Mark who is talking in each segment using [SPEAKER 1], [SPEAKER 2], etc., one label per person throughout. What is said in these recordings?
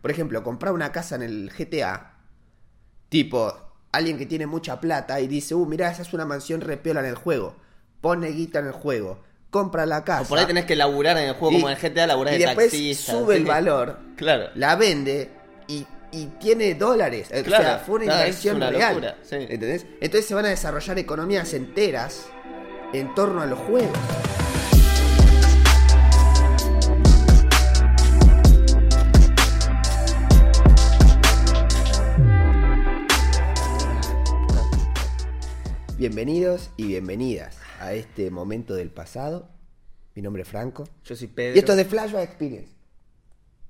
[SPEAKER 1] Por ejemplo, comprar una casa en el GTA, tipo, alguien que tiene mucha plata y dice, uh, mirá, esa es una mansión repiola en el juego, pone guita en el juego, compra la casa.
[SPEAKER 2] O por ahí tenés que laburar en el juego,
[SPEAKER 1] Y-
[SPEAKER 2] como en GTA, laburar
[SPEAKER 1] y
[SPEAKER 2] de
[SPEAKER 1] después
[SPEAKER 2] taxista.
[SPEAKER 1] sube el
[SPEAKER 2] ¿sí?
[SPEAKER 1] valor,
[SPEAKER 2] Claro.
[SPEAKER 1] la vende y, y tiene dólares. Eh,
[SPEAKER 2] Claro,
[SPEAKER 1] o sea, fue una
[SPEAKER 2] claro, es
[SPEAKER 1] inversión
[SPEAKER 2] una
[SPEAKER 1] real.
[SPEAKER 2] locura, sí.
[SPEAKER 1] ¿Entendés? Entonces se van a desarrollar economías enteras en torno a los juegos. Bienvenidos y bienvenidas a este momento del pasado. Mi nombre es Franco.
[SPEAKER 2] Yo soy Pedro.
[SPEAKER 1] Y esto es de Flashback Experience.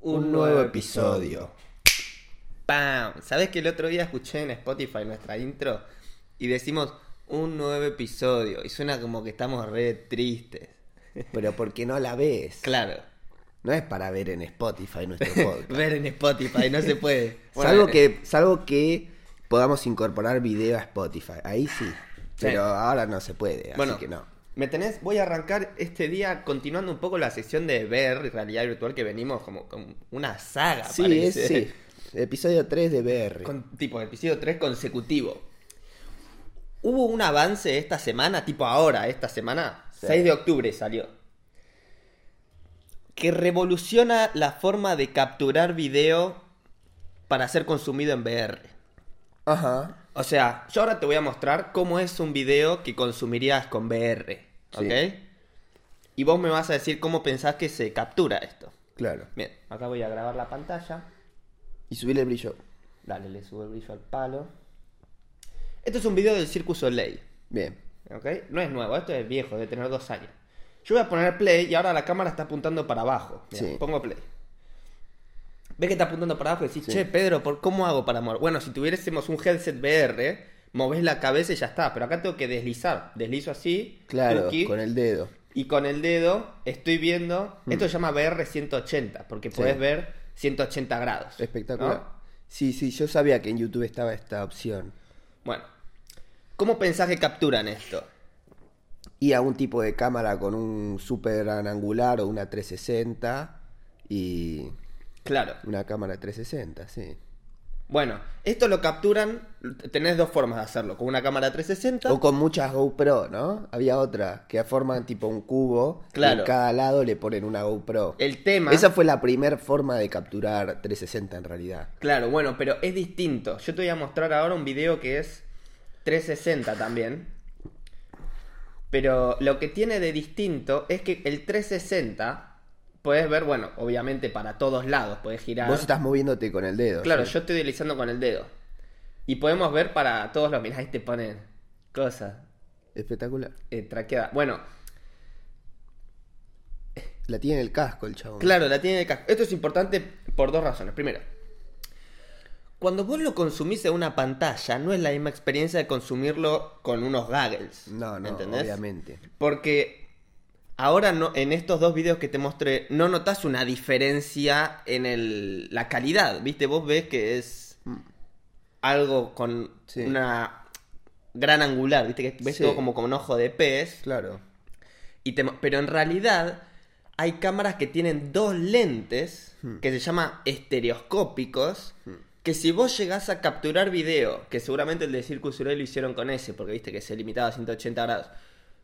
[SPEAKER 1] Un nuevo episodio.
[SPEAKER 2] ¡Pam! ¿Sabes que el otro día escuché en Spotify nuestra intro y decimos un nuevo episodio? Y suena como que estamos re tristes.
[SPEAKER 1] Pero porque no la ves.
[SPEAKER 2] Claro.
[SPEAKER 1] No es para ver en Spotify nuestro podcast.
[SPEAKER 2] Ver en Spotify no se puede. Bueno,
[SPEAKER 1] salvo,
[SPEAKER 2] eh,
[SPEAKER 1] que, salvo que podamos incorporar video a Spotify. Ahí sí. Pero ahora no se puede, así
[SPEAKER 2] Bueno,
[SPEAKER 1] que no.
[SPEAKER 2] Me tenés, voy a arrancar este día continuando un poco la sección de ver y realidad virtual que venimos como, con una saga.
[SPEAKER 1] Sí, es,
[SPEAKER 2] parece.
[SPEAKER 1] sí. Episodio 3 de BR.
[SPEAKER 2] Con- tipo, episodio 3 consecutivo. Hubo un avance esta semana, tipo ahora, esta semana,
[SPEAKER 1] Sí.
[SPEAKER 2] 6 de octubre salió. Que revoluciona la forma de capturar video para ser consumido en VR.
[SPEAKER 1] Ajá.
[SPEAKER 2] O sea, yo ahora te voy a mostrar cómo es un video que consumirías con VR. ¿Ok?
[SPEAKER 1] Sí.
[SPEAKER 2] Y vos me vas a decir cómo pensás que se captura esto.
[SPEAKER 1] Claro.
[SPEAKER 2] Bien, acá voy a grabar la pantalla.
[SPEAKER 1] Y subirle el brillo.
[SPEAKER 2] Dale, le subo el brillo al palo. Esto es un video del Circus Soleil.
[SPEAKER 1] Bien.
[SPEAKER 2] ¿Ok? No es nuevo, esto es viejo, de tener dos años. Yo voy a poner play y ahora la cámara está apuntando para abajo. Mirá,
[SPEAKER 1] Sí.
[SPEAKER 2] Pongo play. ¿Ves que está apuntando para abajo? Y decís,
[SPEAKER 1] Sí.
[SPEAKER 2] che, Pedro, ¿por ¿cómo hago para mover? Bueno, si tuviésemos un headset VR, movés la cabeza y ya está. Pero acá tengo que deslizar. Deslizo así.
[SPEAKER 1] Claro,
[SPEAKER 2] tuki,
[SPEAKER 1] con el dedo.
[SPEAKER 2] Y con el dedo estoy viendo. Esto se llama VR 180, porque
[SPEAKER 1] Mm. Sí.
[SPEAKER 2] podés ver 180 grados.
[SPEAKER 1] Espectacular.
[SPEAKER 2] ¿no?
[SPEAKER 1] Sí, sí, yo sabía que en YouTube estaba esta opción.
[SPEAKER 2] Bueno, ¿cómo pensás que capturan esto?
[SPEAKER 1] y a un tipo de cámara con un super gran angular o una 360 y
[SPEAKER 2] Claro.
[SPEAKER 1] una cámara 360, sí.
[SPEAKER 2] Bueno, esto lo capturan, tenés dos formas de hacerlo, con una cámara 360.
[SPEAKER 1] O con muchas GoPro, ¿no? Había otra que forman tipo un cubo y
[SPEAKER 2] Claro.
[SPEAKER 1] en cada lado le ponen una GoPro.
[SPEAKER 2] El tema...
[SPEAKER 1] Esa fue la primera forma de capturar 360 en realidad.
[SPEAKER 2] Claro, bueno, pero es distinto. Yo te voy a mostrar ahora un video que es 360 también. Pero lo que tiene de distinto es que el 360 puedes ver, bueno, obviamente para todos lados, puedes girar.
[SPEAKER 1] Vos estás moviéndote con el dedo.
[SPEAKER 2] Claro,
[SPEAKER 1] sí.
[SPEAKER 2] yo estoy deslizando con el dedo. Y podemos ver para todos los... Mirá, ahí te ponen cosas.
[SPEAKER 1] Espectacular.
[SPEAKER 2] eh, traqueada. Bueno,
[SPEAKER 1] La tiene en el casco el chabón.
[SPEAKER 2] Claro, la tiene en el casco. Esto es importante por dos razones. Primero, cuando vos lo consumís en una pantalla, no es la misma experiencia de consumirlo con unos goggles.
[SPEAKER 1] No, no,
[SPEAKER 2] ¿entendés?
[SPEAKER 1] obviamente.
[SPEAKER 2] Porque ahora no, en estos dos videos que te mostré, no notas una diferencia en el, la calidad. ¿Viste? Vos ves que es algo con
[SPEAKER 1] Sí.
[SPEAKER 2] una gran angular. ¿Viste? Que ves
[SPEAKER 1] Sí.
[SPEAKER 2] todo como con un ojo de pez.
[SPEAKER 1] Claro.
[SPEAKER 2] Y te mo- pero en realidad hay cámaras que tienen dos lentes
[SPEAKER 1] Hmm.
[SPEAKER 2] que se llama estereoscópicos. Que si vos llegás a capturar video, que seguramente el de Circus Soleil lo hicieron con ese, porque viste que se limitaba a 180 grados.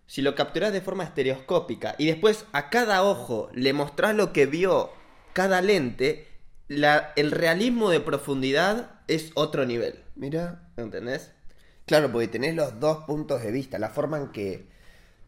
[SPEAKER 2] Si lo capturás de forma estereoscópica y después a cada ojo le mostrás lo que vio cada lente, la- el realismo de profundidad es otro nivel.
[SPEAKER 1] Mira,
[SPEAKER 2] ¿Entendés?
[SPEAKER 1] Claro, porque tenés los dos puntos de vista. La forma en que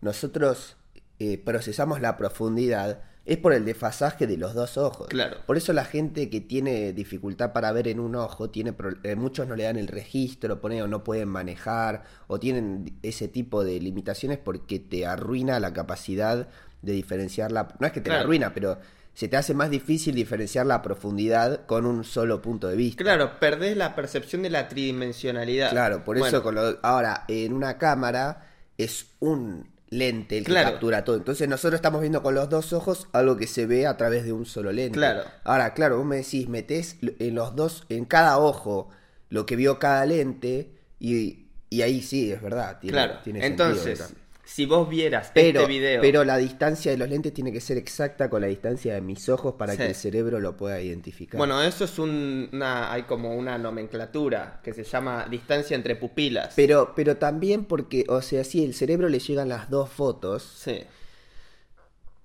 [SPEAKER 1] nosotros eh, procesamos la profundidad es por el desfasaje de los dos ojos.
[SPEAKER 2] Claro.
[SPEAKER 1] Por eso la gente que tiene dificultad para ver en un ojo, tiene pro- eh, muchos no le dan el registro, pone, o no pueden manejar, o tienen ese tipo de limitaciones porque te arruina la capacidad de diferenciar la... No es que te la
[SPEAKER 2] Claro.
[SPEAKER 1] arruina, pero se te hace más difícil diferenciar la profundidad con un solo punto de vista.
[SPEAKER 2] Claro, perdés la percepción de la tridimensionalidad.
[SPEAKER 1] Claro, por
[SPEAKER 2] Ah, Bueno,
[SPEAKER 1] eso con lo- ahora en una cámara es un lente el que
[SPEAKER 2] Claro.
[SPEAKER 1] captura todo. Entonces nosotros estamos viendo con los dos ojos algo que se ve a través de un solo lente.
[SPEAKER 2] Claro.
[SPEAKER 1] Ahora, claro, vos me decís, metés lo- en los dos, en cada ojo, lo que vio cada lente, y, y ahí sí, es verdad. Tiene,
[SPEAKER 2] claro.
[SPEAKER 1] tiene sentido,
[SPEAKER 2] Entonces,
[SPEAKER 1] ¿verdad?
[SPEAKER 2] si vos vieras
[SPEAKER 1] Pero,
[SPEAKER 2] este video.
[SPEAKER 1] pero la distancia de los lentes tiene que ser exacta con la distancia de mis ojos para
[SPEAKER 2] Sí.
[SPEAKER 1] que el cerebro lo pueda identificar.
[SPEAKER 2] Bueno, eso es un- una. Hay como una nomenclatura que se llama distancia entre pupilas.
[SPEAKER 1] Pero, pero también porque, o sea, si el cerebro le llegan las dos fotos,
[SPEAKER 2] Sí.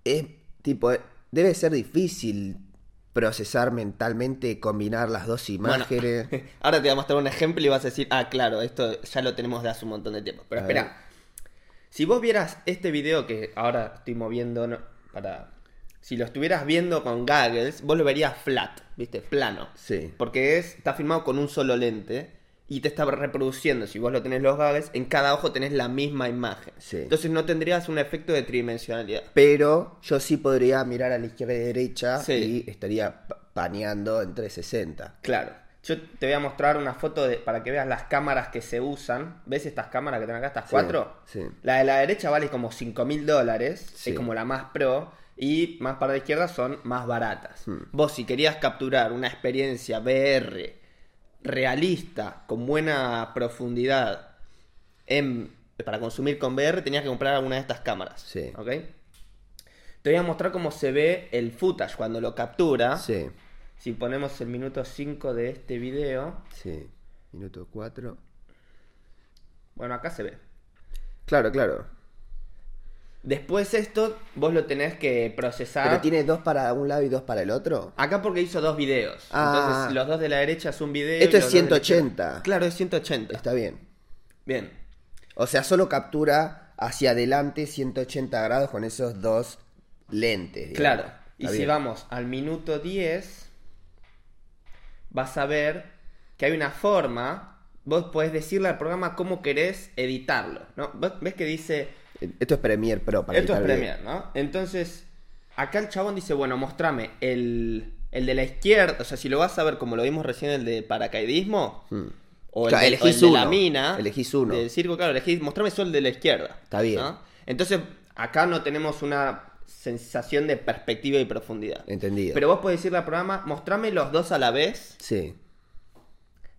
[SPEAKER 1] es tipo, eh, debe ser difícil procesar mentalmente, combinar las dos imágenes.
[SPEAKER 2] Ahora te voy a mostrar un ejemplo y vas a decir, ah, claro, esto ya lo tenemos de hace un montón de tiempo. Pero
[SPEAKER 1] A ver.
[SPEAKER 2] espera, si vos vieras este video que ahora estoy moviendo ¿no? para... Si lo estuvieras viendo con goggles, vos lo verías flat, ¿viste? Plano.
[SPEAKER 1] Sí.
[SPEAKER 2] Porque es, está filmado con un solo lente y te está reproduciendo. Si vos lo tenés los goggles, en cada ojo tenés la misma imagen.
[SPEAKER 1] Sí.
[SPEAKER 2] Entonces no tendrías un efecto de tridimensionalidad.
[SPEAKER 1] Pero yo sí podría mirar a la izquierda y derecha
[SPEAKER 2] Sí.
[SPEAKER 1] y estaría pa- paneando en 360.
[SPEAKER 2] Claro. Yo te voy a mostrar una foto de, para que veas las cámaras que se usan. ¿Ves estas cámaras que tengo acá? Estas
[SPEAKER 1] Sí,
[SPEAKER 2] cuatro.
[SPEAKER 1] sí.
[SPEAKER 2] La de la derecha vale como 5 mil dólares.
[SPEAKER 1] Sí.
[SPEAKER 2] Es como la más pro. Y más para la izquierda son más baratas.
[SPEAKER 1] Hmm.
[SPEAKER 2] Vos, si querías capturar una experiencia VR realista, con buena profundidad, en- para consumir con VR, tenías que comprar alguna de estas cámaras.
[SPEAKER 1] Sí.
[SPEAKER 2] ¿Ok? Te voy a mostrar cómo se ve el footage cuando lo captura.
[SPEAKER 1] Sí,
[SPEAKER 2] Si ponemos el minuto 5 de este video,
[SPEAKER 1] sí. Minuto 4.
[SPEAKER 2] bueno, acá se ve.
[SPEAKER 1] Claro, claro.
[SPEAKER 2] Después esto vos lo tenés que procesar.
[SPEAKER 1] Pero tiene dos para un lado y dos para el otro.
[SPEAKER 2] Acá porque hizo dos videos.
[SPEAKER 1] Ah.
[SPEAKER 2] Entonces los dos de la derecha es un video.
[SPEAKER 1] Esto
[SPEAKER 2] y
[SPEAKER 1] es
[SPEAKER 2] los dos de la
[SPEAKER 1] 180.
[SPEAKER 2] izquierda- Claro, es 180.
[SPEAKER 1] Está bien.
[SPEAKER 2] Bien.
[SPEAKER 1] O sea, solo captura hacia adelante 180 grados con esos dos lentes. digamos.
[SPEAKER 2] Claro. Y
[SPEAKER 1] Está
[SPEAKER 2] si
[SPEAKER 1] bien.
[SPEAKER 2] vamos al minuto 10, vas a ver que hay una forma. Vos podés decirle al programa cómo querés editarlo. ¿no? ¿Vos- ¿Ves que dice
[SPEAKER 1] Esto es Premiere Pro para
[SPEAKER 2] Esto es
[SPEAKER 1] editar
[SPEAKER 2] Premiere, ¿no? Entonces, acá el chabón dice, bueno, mostrame el, el de la izquierda, o sea, si lo vas a ver como lo vimos recién, el de paracaidismo,
[SPEAKER 1] bien. Hmm.
[SPEAKER 2] o el,
[SPEAKER 1] Claro,
[SPEAKER 2] de, o
[SPEAKER 1] elegís
[SPEAKER 2] el de la
[SPEAKER 1] uno,
[SPEAKER 2] mina,
[SPEAKER 1] elegís uno.
[SPEAKER 2] del circo, claro, elegís, mostrame solo el de la izquierda.
[SPEAKER 1] Está bien.
[SPEAKER 2] ¿no? Entonces, acá no tenemos una sensación de perspectiva y profundidad.
[SPEAKER 1] Entendido.
[SPEAKER 2] Pero vos podés decirle al programa, mostrame los dos a la vez
[SPEAKER 1] Sí,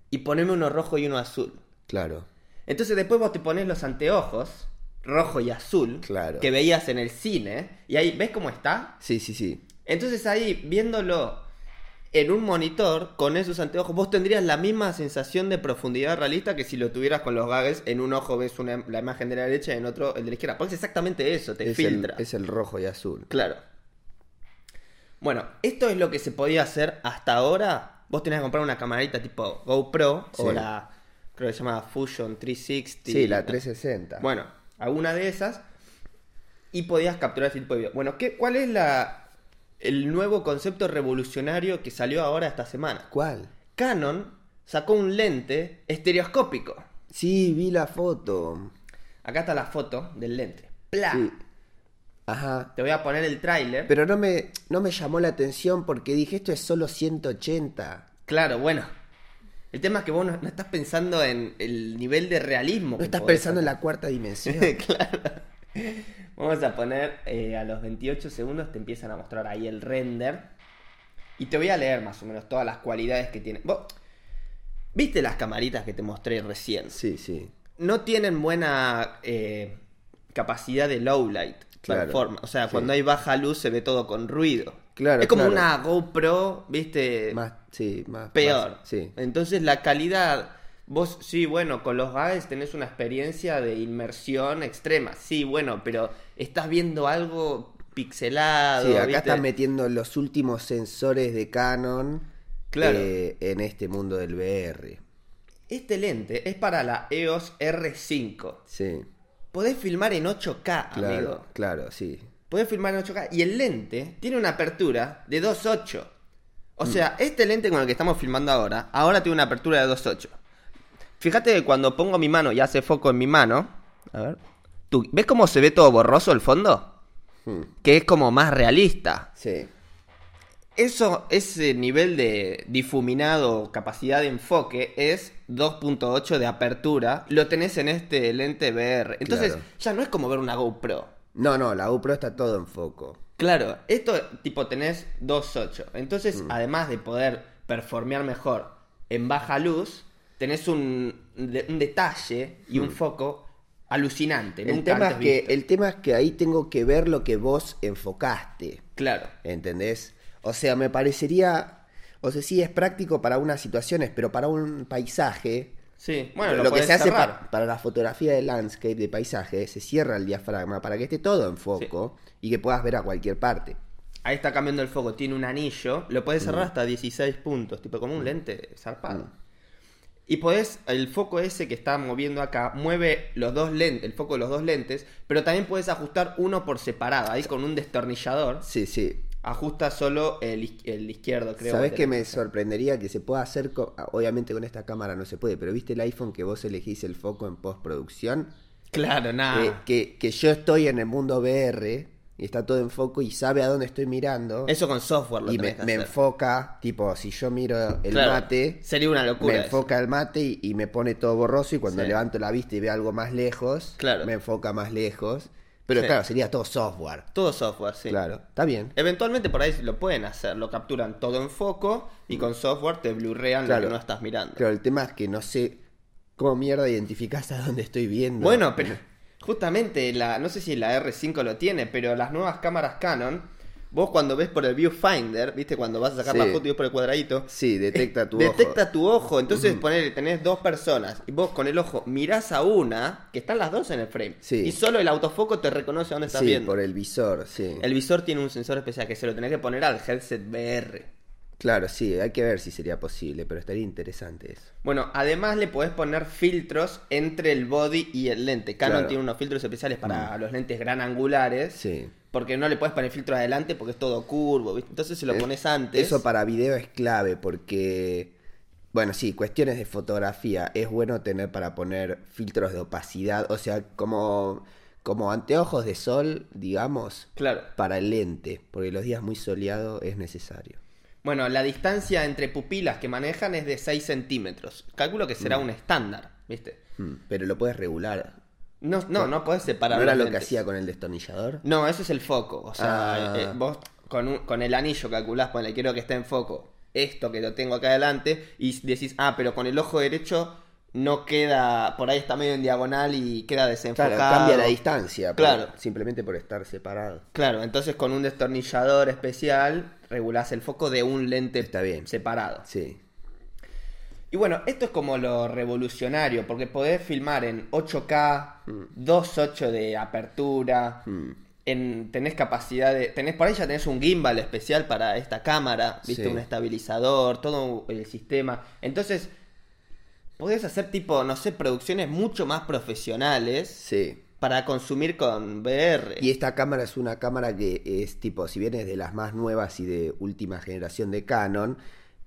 [SPEAKER 2] y poneme uno rojo y uno azul.
[SPEAKER 1] claro.
[SPEAKER 2] Entonces después vos te pones los anteojos, rojo y azul,
[SPEAKER 1] Claro.
[SPEAKER 2] que veías en el cine, y ahí, ¿ves cómo está?
[SPEAKER 1] Sí, sí, sí.
[SPEAKER 2] Entonces ahí, viéndolo en un monitor, con esos anteojos, vos tendrías la misma sensación de profundidad realista que si lo tuvieras con los gags, en un ojo ves una- la imagen de la derecha y en otro el de la izquierda. Porque es exactamente eso, te
[SPEAKER 1] es,
[SPEAKER 2] filtra.
[SPEAKER 1] El, es el rojo y azul.
[SPEAKER 2] Claro. Bueno, esto es lo que se podía hacer hasta ahora. Vos tenías que comprar una camarita tipo GoPro o
[SPEAKER 1] Sí.
[SPEAKER 2] la, creo que se llama Fusion 360.
[SPEAKER 1] Sí, la 360.
[SPEAKER 2] Bueno, alguna de esas. Y podías capturar ese tipo de video. Bueno, ¿qué, ¿cuál es la el nuevo concepto revolucionario que salió ahora esta semana?
[SPEAKER 1] ¿Cuál?
[SPEAKER 2] Canon sacó un lente estereoscópico.
[SPEAKER 1] Sí, vi la foto.
[SPEAKER 2] Acá está la foto del lente. ¡Pla!
[SPEAKER 1] Sí. Ajá.
[SPEAKER 2] Te voy a poner el tráiler.
[SPEAKER 1] Pero no me, no me llamó la atención porque dije, esto es solo 180.
[SPEAKER 2] Claro, bueno. El tema es que vos no, no estás pensando en el nivel de realismo.
[SPEAKER 1] No estás pensando en la cuarta dimensión.
[SPEAKER 2] la... claro. Vamos a poner eh, a los 28 segundos, te empiezan a mostrar ahí el render. Y te voy a leer más o menos todas las cualidades que tiene. Vos, ¿viste las camaritas que te mostré recién?
[SPEAKER 1] sí, sí.
[SPEAKER 2] No tienen buena eh, capacidad de low light.
[SPEAKER 1] Claro.
[SPEAKER 2] performance. O sea,
[SPEAKER 1] Sí.
[SPEAKER 2] cuando hay baja luz se ve todo con ruido.
[SPEAKER 1] Claro,
[SPEAKER 2] Es como
[SPEAKER 1] claro.
[SPEAKER 2] una GoPro, ¿viste?
[SPEAKER 1] Más, sí, más.
[SPEAKER 2] peor.
[SPEAKER 1] más- sí.
[SPEAKER 2] Entonces la calidad, vos sí, bueno, con los gags tenés una experiencia de inmersión extrema, sí, bueno, pero estás viendo algo pixelado.
[SPEAKER 1] Sí, acá
[SPEAKER 2] ¿viste?
[SPEAKER 1] están metiendo los últimos sensores de Canon
[SPEAKER 2] Claro.
[SPEAKER 1] eh, en este mundo del VR.
[SPEAKER 2] Este lente es para la E EOS R5.
[SPEAKER 1] Sí,
[SPEAKER 2] Podés filmar en 8K,
[SPEAKER 1] claro,
[SPEAKER 2] amigo.
[SPEAKER 1] claro, sí.
[SPEAKER 2] Podés filmar en 8K. Y el lente tiene una apertura de 2.8. O sea, este lente con el que estamos filmando ahora, ahora tiene una apertura de 2.8. Fíjate que cuando pongo mi mano y hace foco en mi mano. A ver. ¿tú, ¿Ves cómo se ve todo borroso el fondo?
[SPEAKER 1] Hmm,
[SPEAKER 2] Que es como más realista.
[SPEAKER 1] Sí,
[SPEAKER 2] Eso, ese nivel de difuminado, capacidad de enfoque, es 2.8 de apertura. Lo tenés en este lente VR. Entonces,
[SPEAKER 1] Claro.
[SPEAKER 2] ya no es como ver una GoPro.
[SPEAKER 1] No, no, la GoPro está todo en foco.
[SPEAKER 2] Claro, esto tipo tenés 2.8. Entonces,
[SPEAKER 1] Mm.
[SPEAKER 2] además de poder performear mejor en baja luz, tenés un, de- un detalle y un foco alucinante.
[SPEAKER 1] Mm. El
[SPEAKER 2] Eh, nunca
[SPEAKER 1] tema, es
[SPEAKER 2] antes
[SPEAKER 1] que,
[SPEAKER 2] visto.
[SPEAKER 1] el tema es que ahí tengo que ver lo que vos enfocaste.
[SPEAKER 2] Claro.
[SPEAKER 1] ¿Entendés? O sea, me parecería. O sea, sí es práctico para unas situaciones, pero para un paisaje.
[SPEAKER 2] Sí. Bueno,
[SPEAKER 1] lo,
[SPEAKER 2] lo,
[SPEAKER 1] que
[SPEAKER 2] podés
[SPEAKER 1] se hace
[SPEAKER 2] cerrar.
[SPEAKER 1] pa- para la fotografía de landscape, de paisaje, se cierra el diafragma para que esté todo en foco y que puedas ver a cualquier parte.
[SPEAKER 2] Ahí está cambiando el foco, tiene un anillo, lo podés cerrar hasta 16 puntos, tipo como un lente zarpado.
[SPEAKER 1] Mm.
[SPEAKER 2] Y podés, el foco ese que está moviendo acá, mueve los dos lentes, el foco de los dos lentes, pero también puedes ajustar uno por separado, ahí con un destornillador.
[SPEAKER 1] Sí, sí.
[SPEAKER 2] Ajusta solo el, iz- el izquierdo, creo.
[SPEAKER 1] ¿Sabés
[SPEAKER 2] o el
[SPEAKER 1] que me
[SPEAKER 2] derecho.
[SPEAKER 1] sorprendería que se pueda hacer? co- ah, Obviamente con esta cámara no se puede, pero viste el iPhone que vos elegís el foco en postproducción.
[SPEAKER 2] Claro, nada.
[SPEAKER 1] Eh, que, que yo estoy en el mundo VR y está todo en foco y sabe a dónde estoy mirando.
[SPEAKER 2] Eso con software lo
[SPEAKER 1] y me,
[SPEAKER 2] tenés que
[SPEAKER 1] me
[SPEAKER 2] hacer.
[SPEAKER 1] enfoca, tipo, si yo miro el
[SPEAKER 2] Claro,
[SPEAKER 1] mate,
[SPEAKER 2] Sería una locura.
[SPEAKER 1] me
[SPEAKER 2] eso.
[SPEAKER 1] enfoca el mate y, y me pone todo borroso y cuando
[SPEAKER 2] Sí.
[SPEAKER 1] levanto la vista y veo algo más lejos,
[SPEAKER 2] Claro.
[SPEAKER 1] me enfoca más lejos. Pero
[SPEAKER 2] Sí.
[SPEAKER 1] claro, sería todo software.
[SPEAKER 2] Todo software, sí.
[SPEAKER 1] Claro, está bien.
[SPEAKER 2] Eventualmente por ahí lo pueden hacer, lo capturan todo en foco y con software te blurrean lo
[SPEAKER 1] Claro.
[SPEAKER 2] que no estás mirando.
[SPEAKER 1] Claro, el tema es que no sé cómo mierda identificás a dónde estoy viendo.
[SPEAKER 2] Bueno, pero justamente la, no sé si la R5 lo tiene, pero las nuevas cámaras Canon, vos cuando ves por el viewfinder, viste cuando vas a sacar
[SPEAKER 1] Sí.
[SPEAKER 2] la foto y ves por el cuadradito,
[SPEAKER 1] Sí, detecta tu
[SPEAKER 2] eh, detecta
[SPEAKER 1] ojo.
[SPEAKER 2] tu ojo, entonces ponele, tenés dos personas y vos con el ojo mirás a una, que están las dos en el frame,
[SPEAKER 1] Sí.
[SPEAKER 2] y solo el autofoco te reconoce dónde estás
[SPEAKER 1] Sí,
[SPEAKER 2] viendo.
[SPEAKER 1] por el visor, sí.
[SPEAKER 2] El visor tiene un sensor especial que se lo tenés que poner al headset VR.
[SPEAKER 1] Claro, sí, hay que ver si sería posible, pero estaría interesante eso.
[SPEAKER 2] Bueno, además le podés poner filtros entre el body y el lente. Canon
[SPEAKER 1] Claro. Mm.
[SPEAKER 2] tiene unos filtros especiales para los lentes gran angulares.
[SPEAKER 1] Sí.
[SPEAKER 2] Porque no le puedes poner filtro adelante porque es todo curvo, ¿viste? Entonces si lo
[SPEAKER 1] Eh,
[SPEAKER 2] pones antes.
[SPEAKER 1] Eso para video es clave porque, bueno, sí, cuestiones de fotografía es bueno tener para poner filtros de opacidad, o sea, como, como anteojos de sol, digamos,
[SPEAKER 2] Claro.
[SPEAKER 1] para el lente, porque los días muy soleados es necesario.
[SPEAKER 2] Bueno, la distancia entre pupilas que manejan es de 6 centímetros. Calculo que será un estándar, ¿viste?
[SPEAKER 1] Mm, Pero lo puedes regular.
[SPEAKER 2] No, no, no podés separar.
[SPEAKER 1] ¿No era
[SPEAKER 2] los
[SPEAKER 1] lo que
[SPEAKER 2] lentes.
[SPEAKER 1] hacía con el destornillador?
[SPEAKER 2] No, eso es el foco. O sea,
[SPEAKER 1] Ah.
[SPEAKER 2] eh, vos con, un- con el anillo calculás, ponle, quiero que esté en foco. Esto que lo tengo acá adelante. Y decís, ah, pero con el ojo derecho no queda. Por ahí está medio en diagonal y queda desenfocado.
[SPEAKER 1] Claro, cambia la distancia. por-
[SPEAKER 2] Claro.
[SPEAKER 1] simplemente por estar separado.
[SPEAKER 2] Claro, entonces con un destornillador especial regulás el foco de un lente
[SPEAKER 1] Está bien.
[SPEAKER 2] separado.
[SPEAKER 1] Sí.
[SPEAKER 2] Y bueno, esto es como lo revolucionario, porque podés filmar en 8K,
[SPEAKER 1] Mm.
[SPEAKER 2] 2.8 de apertura, en, tenés capacidad de... Tenés, por ahí ya tenés un gimbal especial para esta cámara, viste,
[SPEAKER 1] Sí.
[SPEAKER 2] un estabilizador, todo el sistema. Entonces, podés hacer tipo, no sé, producciones mucho más profesionales
[SPEAKER 1] Sí.
[SPEAKER 2] para consumir con VR.
[SPEAKER 1] Y esta cámara es una cámara que es tipo, si bien es de las más nuevas y de última generación de Canon,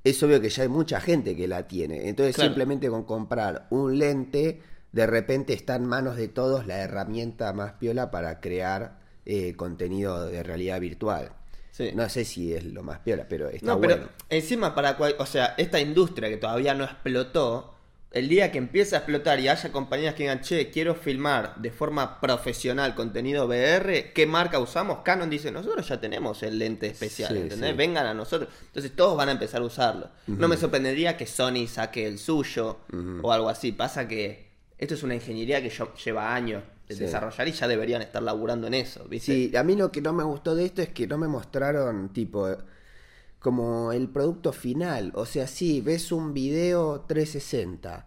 [SPEAKER 1] es obvio que ya hay mucha gente que la tiene. Entonces
[SPEAKER 2] Claro.
[SPEAKER 1] simplemente con comprar un lente, de repente está en manos de todos la herramienta más piola para crear eh, contenido de realidad virtual.
[SPEAKER 2] Sí.
[SPEAKER 1] No sé si es lo más piola, pero está
[SPEAKER 2] No, pero
[SPEAKER 1] bueno.
[SPEAKER 2] encima para cual, o sea, esta industria que todavía no explotó, el día que empiece a explotar y haya compañías que digan, che, quiero filmar de forma profesional contenido VR, ¿qué marca usamos? Canon dice, nosotros ya tenemos el lente especial,
[SPEAKER 1] Sí,
[SPEAKER 2] ¿entendés?
[SPEAKER 1] sí.
[SPEAKER 2] Vengan a nosotros. Entonces todos van a empezar a usarlo. No me sorprendería que Sony saque el suyo o algo así. Pasa que esto es una ingeniería que yo- lleva años de
[SPEAKER 1] Sí.
[SPEAKER 2] desarrollar y ya deberían estar laburando en eso, ¿viste?
[SPEAKER 1] Sí, a mí lo que no me gustó de esto es que no me mostraron, tipo, eh, como el producto final. O sea, sí, ves un video 360.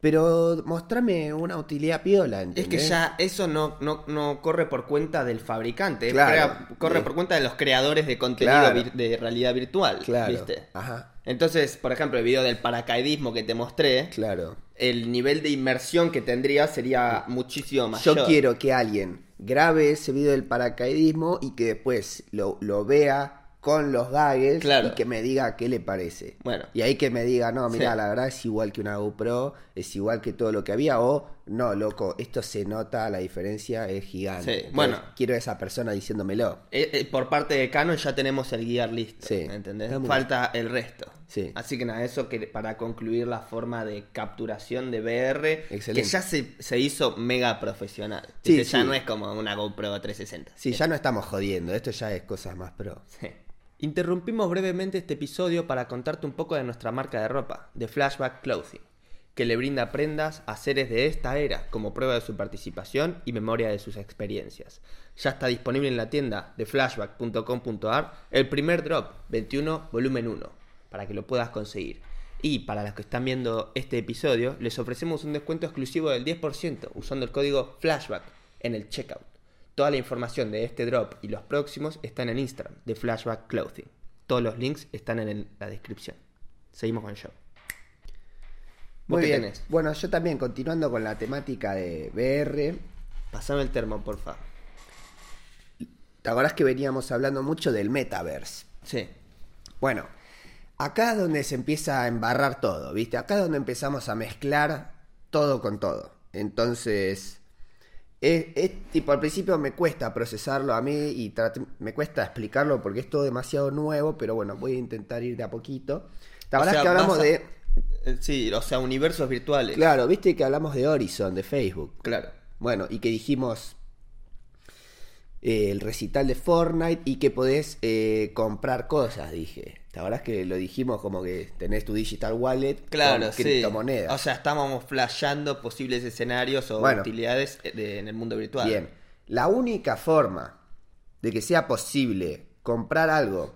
[SPEAKER 1] Pero mostrame una utilidad piola,
[SPEAKER 2] Es que
[SPEAKER 1] ¿entendés?
[SPEAKER 2] ya eso no, no, no corre por cuenta del fabricante,
[SPEAKER 1] Claro.
[SPEAKER 2] crea- corre
[SPEAKER 1] Sí.
[SPEAKER 2] por cuenta de los creadores de contenido
[SPEAKER 1] Claro.
[SPEAKER 2] vir- de realidad virtual,
[SPEAKER 1] Claro.
[SPEAKER 2] ¿viste?
[SPEAKER 1] Ajá.
[SPEAKER 2] Entonces, por ejemplo, el video del paracaidismo que te mostré,
[SPEAKER 1] Claro.
[SPEAKER 2] el nivel de inmersión que tendría sería muchísimo mayor.
[SPEAKER 1] Yo quiero que alguien grabe ese video del paracaidismo y que después lo, lo vea con los gags
[SPEAKER 2] Claro.
[SPEAKER 1] y que me diga qué le parece.
[SPEAKER 2] Bueno.
[SPEAKER 1] Y ahí que me diga, no, mira,
[SPEAKER 2] Sí.
[SPEAKER 1] la verdad es igual que una GoPro, es igual que todo lo que había, o no, loco, esto se nota, la diferencia es gigante.
[SPEAKER 2] Sí,
[SPEAKER 1] Entonces,
[SPEAKER 2] bueno.
[SPEAKER 1] Quiero a esa persona diciéndomelo.
[SPEAKER 2] Eh, eh, por parte de Canon ya tenemos el guía listo,
[SPEAKER 1] Sí.
[SPEAKER 2] ¿entendés?
[SPEAKER 1] Está muy
[SPEAKER 2] Falta el resto.
[SPEAKER 1] Sí.
[SPEAKER 2] Así que nada, eso que para concluir la forma de capturación de VR,
[SPEAKER 1] Excelente.
[SPEAKER 2] que ya se, se hizo mega profesional.
[SPEAKER 1] Sí,
[SPEAKER 2] ¿viste? Ya
[SPEAKER 1] sí.
[SPEAKER 2] no es como una GoPro 360.
[SPEAKER 1] Sí, ya no estamos jodiendo, esto ya es cosas más pro.
[SPEAKER 2] Sí. Interrumpimos brevemente este episodio para contarte un poco de nuestra marca de ropa, de Flashback Clothing. que le brinda prendas a seres de esta era como prueba de su participación y memoria de sus experiencias. Ya está disponible en la tienda de flashback.com.ar el primer drop 21 volumen 1 para que lo puedas conseguir. Y para los que están viendo este episodio, les ofrecemos un descuento exclusivo del 10% usando el código flashback en el checkout. Toda la información de este drop y los próximos están en Instagram de Flashback Clothing. Todos los links están en el- la descripción. Seguimos con el show. ¿Vos
[SPEAKER 1] Muy
[SPEAKER 2] qué
[SPEAKER 1] bien.
[SPEAKER 2] tenés?
[SPEAKER 1] Bueno, yo también, continuando con la temática de BR,
[SPEAKER 2] Pasame el termo, porfa.
[SPEAKER 1] ¿te acordás que veníamos hablando mucho del metaverse?
[SPEAKER 2] Sí.
[SPEAKER 1] Bueno, acá es donde se empieza a embarrar todo, ¿viste? Acá es donde empezamos a mezclar todo con todo. Entonces, es, es tipo, al principio me cuesta procesarlo a mí y traté- me cuesta explicarlo porque es todo demasiado nuevo, pero bueno, voy a intentar ir de a poquito. ¿Te acordás
[SPEAKER 2] O sea,
[SPEAKER 1] que hablamos
[SPEAKER 2] vas a-
[SPEAKER 1] de...
[SPEAKER 2] eh, Sí, o sea, universos virtuales.
[SPEAKER 1] Claro, viste que hablamos de Horizon, de Facebook.
[SPEAKER 2] Claro.
[SPEAKER 1] Bueno, y que dijimos eh, el recital de Fortnite y que podés eh, comprar cosas, dije. La verdad es que lo dijimos como que tenés tu digital wallet
[SPEAKER 2] Claro,
[SPEAKER 1] con
[SPEAKER 2] sí.
[SPEAKER 1] criptomonedas.
[SPEAKER 2] O sea, estábamos flasheando posibles escenarios o
[SPEAKER 1] Bueno.
[SPEAKER 2] utilidades eh, de- en el mundo virtual.
[SPEAKER 1] Bien, la única forma de que sea posible comprar algo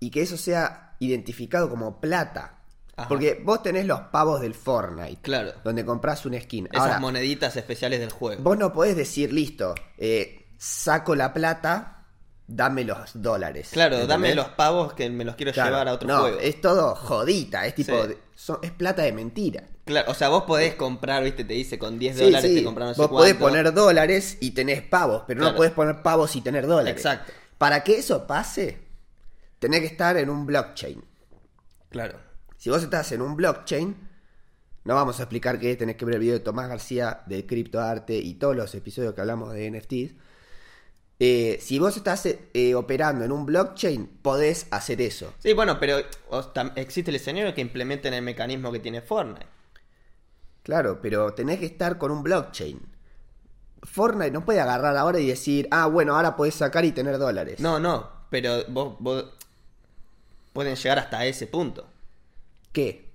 [SPEAKER 1] y que eso sea identificado como plata.
[SPEAKER 2] Ajá.
[SPEAKER 1] Porque vos tenés los pavos del Fortnite,
[SPEAKER 2] Claro.
[SPEAKER 1] donde comprás un skin.
[SPEAKER 2] Esas
[SPEAKER 1] Ahora,
[SPEAKER 2] moneditas especiales del juego.
[SPEAKER 1] Vos no podés decir, listo, eh, saco la plata, dame los dólares.
[SPEAKER 2] Claro, dame
[SPEAKER 1] ¿entendés?
[SPEAKER 2] los pavos que me los quiero
[SPEAKER 1] Claro,
[SPEAKER 2] llevar a otro
[SPEAKER 1] no,
[SPEAKER 2] juego.
[SPEAKER 1] Es todo jodita, es tipo,
[SPEAKER 2] Sí.
[SPEAKER 1] de- son- es plata de mentira.
[SPEAKER 2] Claro, o sea, vos podés comprar, viste, te dice con 10
[SPEAKER 1] Sí,
[SPEAKER 2] dólares
[SPEAKER 1] sí,
[SPEAKER 2] te compran no sé
[SPEAKER 1] vos
[SPEAKER 2] cuánto.
[SPEAKER 1] podés poner dólares y tenés pavos, pero no
[SPEAKER 2] Claro.
[SPEAKER 1] podés poner pavos y tener dólares.
[SPEAKER 2] Exacto.
[SPEAKER 1] Para que eso pase, tenés que estar en un blockchain.
[SPEAKER 2] Claro.
[SPEAKER 1] Si vos estás en un blockchain, no vamos a explicar qué es, tenés que ver el video de Tomás García de Criptoarte y todos los episodios que hablamos de NFTs. Eh, si vos estás eh, eh, operando en un blockchain, podés hacer eso.
[SPEAKER 2] Sí, bueno, pero o tam- existe el escenario que implementen el mecanismo que tiene Fortnite.
[SPEAKER 1] Claro, pero tenés que estar con un blockchain. Fortnite no puede agarrar ahora y decir, ah, bueno, ahora podés sacar y tener dólares.
[SPEAKER 2] No, no, pero vos, vos pueden llegar hasta ese punto.
[SPEAKER 1] ¿Qué?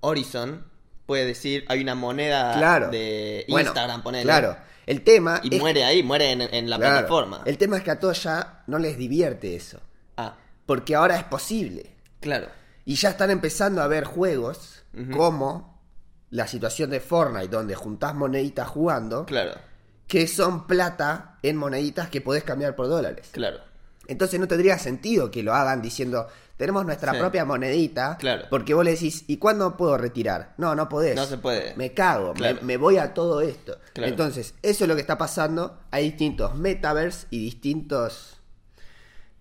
[SPEAKER 2] Horizon puede decir, hay una moneda
[SPEAKER 1] Claro.
[SPEAKER 2] de
[SPEAKER 1] Bueno,
[SPEAKER 2] Eh, Instagram, ponele.
[SPEAKER 1] Claro. El tema.
[SPEAKER 2] Y
[SPEAKER 1] es-
[SPEAKER 2] muere ahí, muere en, en la
[SPEAKER 1] claro,
[SPEAKER 2] plataforma.
[SPEAKER 1] El tema es que a todos ya no les divierte eso.
[SPEAKER 2] Ah,
[SPEAKER 1] Porque ahora es posible.
[SPEAKER 2] claro.
[SPEAKER 1] Y ya están empezando a ver juegos
[SPEAKER 2] Ujú.
[SPEAKER 1] como la situación de Fortnite, donde juntás moneditas jugando,
[SPEAKER 2] Claro,
[SPEAKER 1] que son plata en moneditas que podés cambiar por dólares.
[SPEAKER 2] claro.
[SPEAKER 1] Entonces no tendría sentido que lo hagan diciendo, tenemos nuestra
[SPEAKER 2] Sí.
[SPEAKER 1] propia monedita,
[SPEAKER 2] Claro.
[SPEAKER 1] porque vos le decís, ¿y cuándo puedo retirar? No, no podés.
[SPEAKER 2] No se puede.
[SPEAKER 1] Me cago,
[SPEAKER 2] Claro.
[SPEAKER 1] me, me voy a todo esto.
[SPEAKER 2] Claro.
[SPEAKER 1] Entonces, eso es lo que está pasando. Hay distintos metaverse y distintos...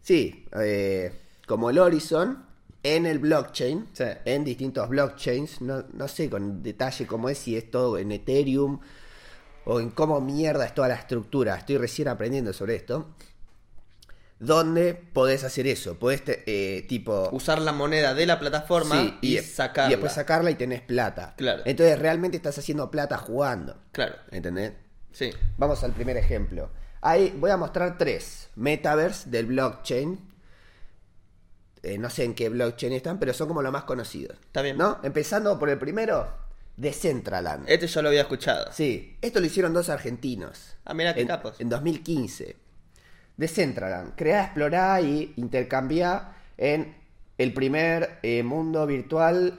[SPEAKER 1] Sí, eh, como el Horizon, en el blockchain,
[SPEAKER 2] Sí.
[SPEAKER 1] en distintos blockchains, no, no sé con detalle cómo es, si es todo en Ethereum o en cómo mierda es toda la estructura. Estoy recién aprendiendo sobre esto. Donde podés hacer eso? Podés, te- eh, tipo...
[SPEAKER 2] Usar la moneda de la plataforma
[SPEAKER 1] sí,
[SPEAKER 2] y,
[SPEAKER 1] de-
[SPEAKER 2] sacarla.
[SPEAKER 1] y después sacarla y tenés plata.
[SPEAKER 2] Claro.
[SPEAKER 1] Entonces realmente estás haciendo plata jugando.
[SPEAKER 2] Claro,
[SPEAKER 1] ¿Entendés?
[SPEAKER 2] sí.
[SPEAKER 1] Vamos al primer ejemplo. Ahí voy a mostrar tres metaverse del blockchain. Eh, no sé en qué blockchain están, pero son como los más conocidos.
[SPEAKER 2] Está bien.
[SPEAKER 1] ¿No? Empezando por el primero, Decentraland.
[SPEAKER 2] Este yo lo había escuchado.
[SPEAKER 1] Sí, esto lo hicieron dos argentinos.
[SPEAKER 2] Ah, mirá qué
[SPEAKER 1] en,
[SPEAKER 2] capos.
[SPEAKER 1] En 2015. Decentraland. Creá, explorá y intercambiá en el primer eh, mundo virtual.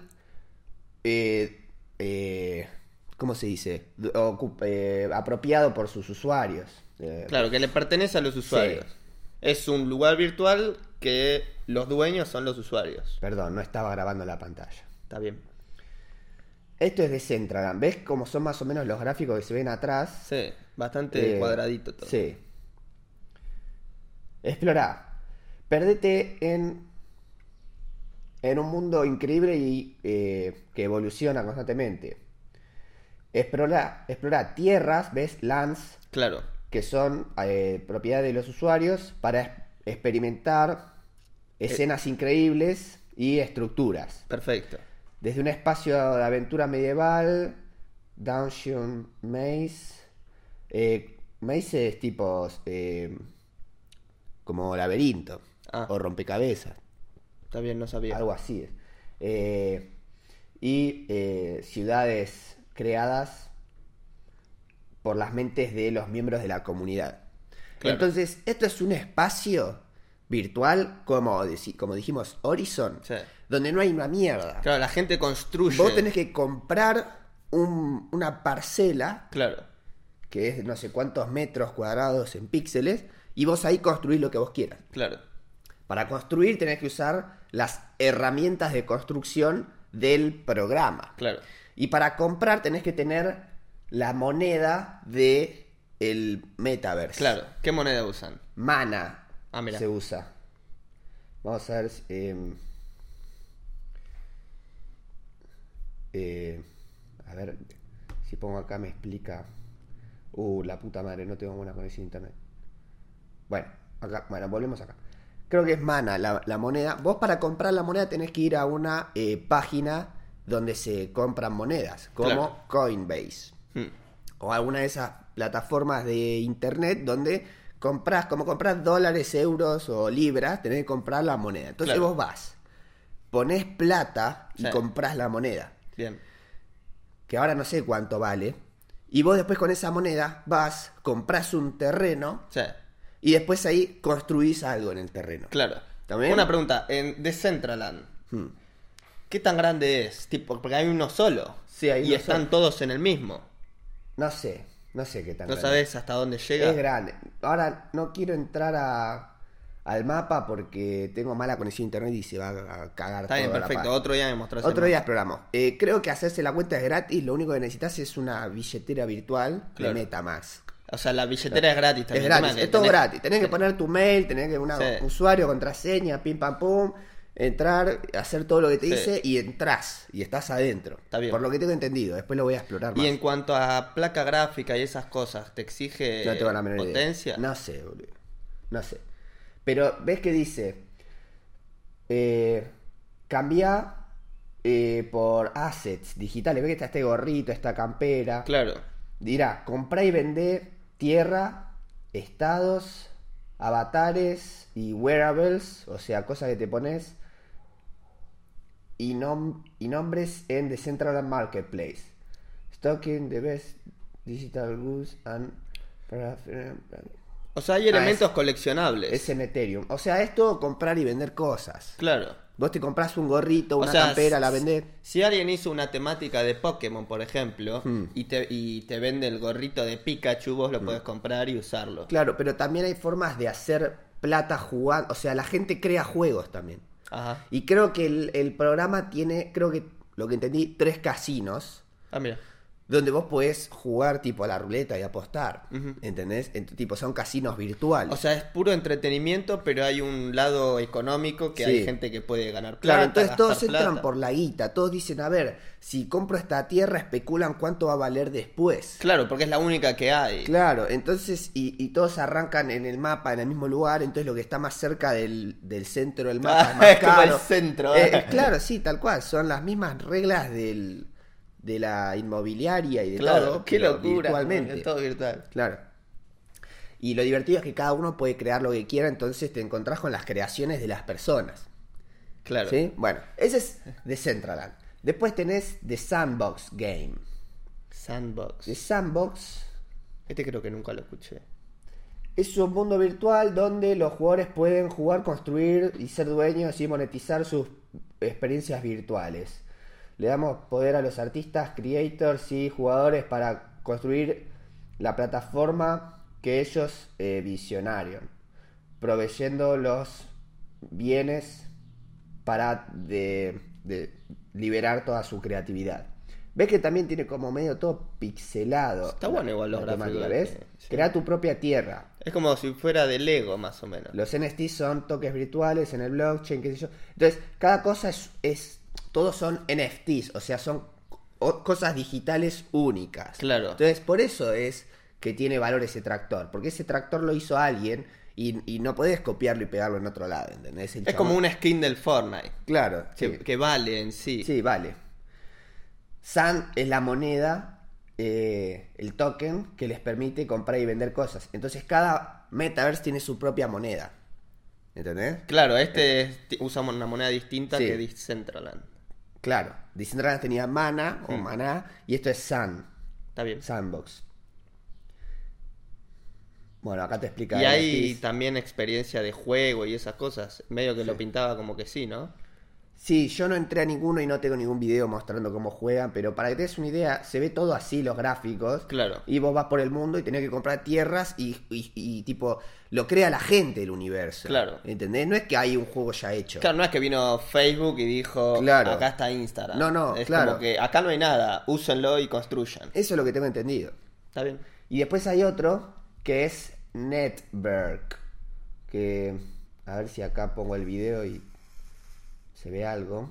[SPEAKER 1] eh, eh, ¿Cómo se dice? D- ocup- eh, apropiado por sus usuarios. Eh,
[SPEAKER 2] Claro, que le pertenece a los usuarios. Es un lugar virtual que los dueños son los usuarios.
[SPEAKER 1] Perdón, no estaba grabando la pantalla.
[SPEAKER 2] Está bien.
[SPEAKER 1] Esto es Decentraland. ¿Ves cómo son más o menos los gráficos que se ven atrás?
[SPEAKER 2] Sí, bastante
[SPEAKER 1] Eh,
[SPEAKER 2] cuadradito todo.
[SPEAKER 1] Sí. Explorá. Perdete en. En un mundo increíble y eh, que evoluciona constantemente. Explorá, explorá tierras, ves, lands,
[SPEAKER 2] Claro,
[SPEAKER 1] que son eh, propiedad de los usuarios para es- experimentar
[SPEAKER 2] Eh.
[SPEAKER 1] escenas increíbles y estructuras.
[SPEAKER 2] perfecto.
[SPEAKER 1] Desde un espacio de aventura medieval, Dungeon Maze. eh, maze es tipo. eh, como laberinto.
[SPEAKER 2] Ah.
[SPEAKER 1] O rompecabezas. Ah,
[SPEAKER 2] Está bien, no sabía.
[SPEAKER 1] Algo así. es. Eh, y eh, ciudades creadas por las mentes de los miembros de la comunidad.
[SPEAKER 2] Claro.
[SPEAKER 1] Entonces, esto es un espacio virtual, como, deci- como dijimos, Horizon,
[SPEAKER 2] Sí.
[SPEAKER 1] donde no hay una mierda.
[SPEAKER 2] Claro, la gente construye.
[SPEAKER 1] Vos tenés que comprar un- una parcela
[SPEAKER 2] Claro.
[SPEAKER 1] que es no sé cuántos metros cuadrados en píxeles, y vos ahí construís lo que vos quieras.
[SPEAKER 2] Claro.
[SPEAKER 1] Para construir tenés que usar las herramientas de construcción del programa.
[SPEAKER 2] Claro.
[SPEAKER 1] Y para comprar tenés que tener la moneda de el metaverse.
[SPEAKER 2] Claro. ¿Qué moneda usan?
[SPEAKER 1] Mana
[SPEAKER 2] Ah, mira.
[SPEAKER 1] se usa. Vamos a ver. si- em, eh, a ver si pongo acá me explica. Uh, la puta madre, no tengo buena conexión a internet. Bueno, acá, bueno, volvemos acá. Creo que es mana la, la moneda. Vos para comprar la moneda tenés que ir a una eh, página donde se compran monedas, como
[SPEAKER 2] Claro.
[SPEAKER 1] Coinbase
[SPEAKER 2] Hmm.
[SPEAKER 1] o alguna de esas plataformas de internet donde compras, como compras dólares, euros o libras, tenés que comprar la moneda. Entonces
[SPEAKER 2] Claro.
[SPEAKER 1] vos vas, ponés plata y
[SPEAKER 2] Sí.
[SPEAKER 1] compras la moneda,
[SPEAKER 2] Bien.
[SPEAKER 1] que ahora no sé cuánto vale, y vos después con esa moneda vas, compras un terreno
[SPEAKER 2] Sí.
[SPEAKER 1] y después ahí construís algo en el terreno.
[SPEAKER 2] Claro.
[SPEAKER 1] ¿También?
[SPEAKER 2] Una pregunta. En Decentraland,
[SPEAKER 1] Hmm.
[SPEAKER 2] ¿qué tan grande es? Tipo, porque hay uno solo.
[SPEAKER 1] Sí, hay
[SPEAKER 2] Y
[SPEAKER 1] uno
[SPEAKER 2] están
[SPEAKER 1] solo.
[SPEAKER 2] todos en el mismo.
[SPEAKER 1] No sé, no sé qué tan
[SPEAKER 2] No
[SPEAKER 1] grande.
[SPEAKER 2] sabes hasta dónde llega.
[SPEAKER 1] Es grande. Ahora no quiero entrar a- al mapa porque tengo mala conexión a internet y se va a cagar
[SPEAKER 2] Está bien,
[SPEAKER 1] toda la
[SPEAKER 2] perfecto.
[SPEAKER 1] página.
[SPEAKER 2] Otro día me mostrás.
[SPEAKER 1] Otro
[SPEAKER 2] el
[SPEAKER 1] día exploramos. Eh, creo que hacerse la cuenta es gratis, lo único que necesitas es una billetera virtual
[SPEAKER 2] Claro.
[SPEAKER 1] de Metamax.
[SPEAKER 2] mapa. O sea, la billetera es gratis también.
[SPEAKER 1] es
[SPEAKER 2] El tema
[SPEAKER 1] gratis,
[SPEAKER 2] que
[SPEAKER 1] es todo
[SPEAKER 2] tenés-
[SPEAKER 1] gratis. Tenés que poner tu mail, tenés que una
[SPEAKER 2] Sí.
[SPEAKER 1] usuario, contraseña, pim pam pum, entrar, hacer todo lo que te
[SPEAKER 2] Sí.
[SPEAKER 1] dice y entras y estás adentro.
[SPEAKER 2] Está bien.
[SPEAKER 1] Por lo que tengo entendido, después lo voy a explorar más.
[SPEAKER 2] Y en cuanto a placa gráfica y esas cosas, ¿te exige
[SPEAKER 1] No tengo la menor idea.
[SPEAKER 2] potencia?
[SPEAKER 1] No sé, boludo. No sé. Pero ves que dice. Eh, cambia eh, por assets digitales. Ves que está este gorrito, esta campera.
[SPEAKER 2] Claro.
[SPEAKER 1] Dirá, comprá y vendé tierra, estados, avatares y wearables, o sea, cosas que te pones, y, nom- y nombres en Decentraland Marketplace. Stocking the best digital goods and...
[SPEAKER 2] O sea, hay
[SPEAKER 1] Ah,
[SPEAKER 2] elementos coleccionables.
[SPEAKER 1] Es en Ethereum. O sea, es todo comprar y vender cosas.
[SPEAKER 2] Claro.
[SPEAKER 1] Vos te compras un gorrito, una
[SPEAKER 2] o sea,
[SPEAKER 1] campera, la
[SPEAKER 2] si-
[SPEAKER 1] vendés.
[SPEAKER 2] Si alguien hizo una temática de Pokémon, por ejemplo,
[SPEAKER 1] Hmm.
[SPEAKER 2] y, te, y te vende el gorrito de Pikachu, vos lo podés comprar y usarlo.
[SPEAKER 1] Claro, pero también hay formas de hacer plata jugando. O sea, la gente crea juegos también.
[SPEAKER 2] Ajá.
[SPEAKER 1] Y creo que el, el programa tiene, creo que lo que entendí, tres casinos
[SPEAKER 2] Ah, mira.
[SPEAKER 1] donde vos podés jugar tipo a la ruleta y apostar.
[SPEAKER 2] Ujú.
[SPEAKER 1] ¿Entendés? Ent- tipo, son casinos virtuales.
[SPEAKER 2] O sea, es puro entretenimiento, pero hay un lado económico que
[SPEAKER 1] Sí.
[SPEAKER 2] hay gente que puede ganar plata.
[SPEAKER 1] claro, entonces todos
[SPEAKER 2] gastar
[SPEAKER 1] entran
[SPEAKER 2] plata.
[SPEAKER 1] por la guita, todos dicen, a ver, si compro esta tierra, especulan cuánto va a valer después.
[SPEAKER 2] Claro, porque es la única que hay.
[SPEAKER 1] Claro, entonces, y, y todos arrancan en el mapa, en el mismo lugar, entonces lo que está más cerca del, del centro del mapa
[SPEAKER 2] Ah,
[SPEAKER 1] es más
[SPEAKER 2] es como el
[SPEAKER 1] caro.
[SPEAKER 2] centro,
[SPEAKER 1] Eh,
[SPEAKER 2] ¿eh?
[SPEAKER 1] eh, claro, sí, tal cual, son las mismas reglas del, de la inmobiliaria y de
[SPEAKER 2] Claro,
[SPEAKER 1] todo,
[SPEAKER 2] qué
[SPEAKER 1] pero
[SPEAKER 2] locura.
[SPEAKER 1] virtualmente.
[SPEAKER 2] es Todo virtual.
[SPEAKER 1] Claro. Y lo divertido es que cada uno puede crear lo que quiera, entonces te encontrás con las creaciones de las personas.
[SPEAKER 2] Claro.
[SPEAKER 1] ¿sí? Bueno, ese es Decentraland. Después tenés The Sandbox Game.
[SPEAKER 2] Sandbox.
[SPEAKER 1] The Sandbox
[SPEAKER 2] Este creo que nunca lo escuché.
[SPEAKER 1] Es un mundo virtual donde los jugadores pueden jugar, construir y ser dueños y monetizar sus experiencias virtuales. Le damos poder a los artistas, creators y jugadores para construir la plataforma que ellos eh, visionaron, proveyendo los bienes para de, de liberar toda su creatividad. Ves que también tiene como medio todo pixelado.
[SPEAKER 2] Está bueno igual los
[SPEAKER 1] la temática,
[SPEAKER 2] gráficos,
[SPEAKER 1] ¿ves?
[SPEAKER 2] eh, sí.
[SPEAKER 1] Crea tu propia tierra,
[SPEAKER 2] Es como si fuera de Lego, más o menos.
[SPEAKER 1] los NFT son toques virtuales en el blockchain, qué sé yo. Entonces, cada cosa es, es- todos son NFTs, o sea, son co- cosas digitales únicas.
[SPEAKER 2] Claro.
[SPEAKER 1] Entonces, por eso es que tiene valor ese tractor, porque ese tractor lo hizo alguien y, y no podés copiarlo y pegarlo en otro lado, ¿entendés? El
[SPEAKER 2] Es
[SPEAKER 1] chabón-
[SPEAKER 2] como una skin del Fortnite.
[SPEAKER 1] Claro, sí.
[SPEAKER 2] Que, que vale en sí.
[SPEAKER 1] Sí, vale. San es la moneda, eh, el token que les permite comprar y vender cosas. Entonces cada metaverse tiene su propia moneda. ¿Entendés?
[SPEAKER 2] Claro, este es- ti- usa una moneda distinta
[SPEAKER 1] Sí.
[SPEAKER 2] que Decentraland.
[SPEAKER 1] Claro, Disney Dragons tenía Mana
[SPEAKER 2] Hmm.
[SPEAKER 1] o Maná y esto es Sun,
[SPEAKER 2] Está bien.
[SPEAKER 1] Sandbox. Bueno, acá te explica.
[SPEAKER 2] Y hay
[SPEAKER 1] Ortiz.
[SPEAKER 2] también experiencia de juego y esas cosas. Medio que lo pintaba como que sí, ¿no?
[SPEAKER 1] Sí, yo no entré a ninguno y no tengo ningún video mostrando cómo juegan, pero para que te des una idea, se ve todo así los gráficos.
[SPEAKER 2] Claro.
[SPEAKER 1] Y vos vas por el mundo y tenés que comprar tierras y, y- y, tipo, lo crea la gente el universo.
[SPEAKER 2] Claro.
[SPEAKER 1] ¿Entendés? No es que hay un juego ya hecho.
[SPEAKER 2] Claro, no es que vino Facebook y dijo,
[SPEAKER 1] Claro.
[SPEAKER 2] acá está Instagram.
[SPEAKER 1] No, no,
[SPEAKER 2] es
[SPEAKER 1] claro.
[SPEAKER 2] como que acá no hay nada, úsenlo y construyan.
[SPEAKER 1] Eso es lo que tengo entendido.
[SPEAKER 2] Está bien.
[SPEAKER 1] Y después hay otro que es Network. Que. A ver si acá pongo el video y. Se ve algo. Lo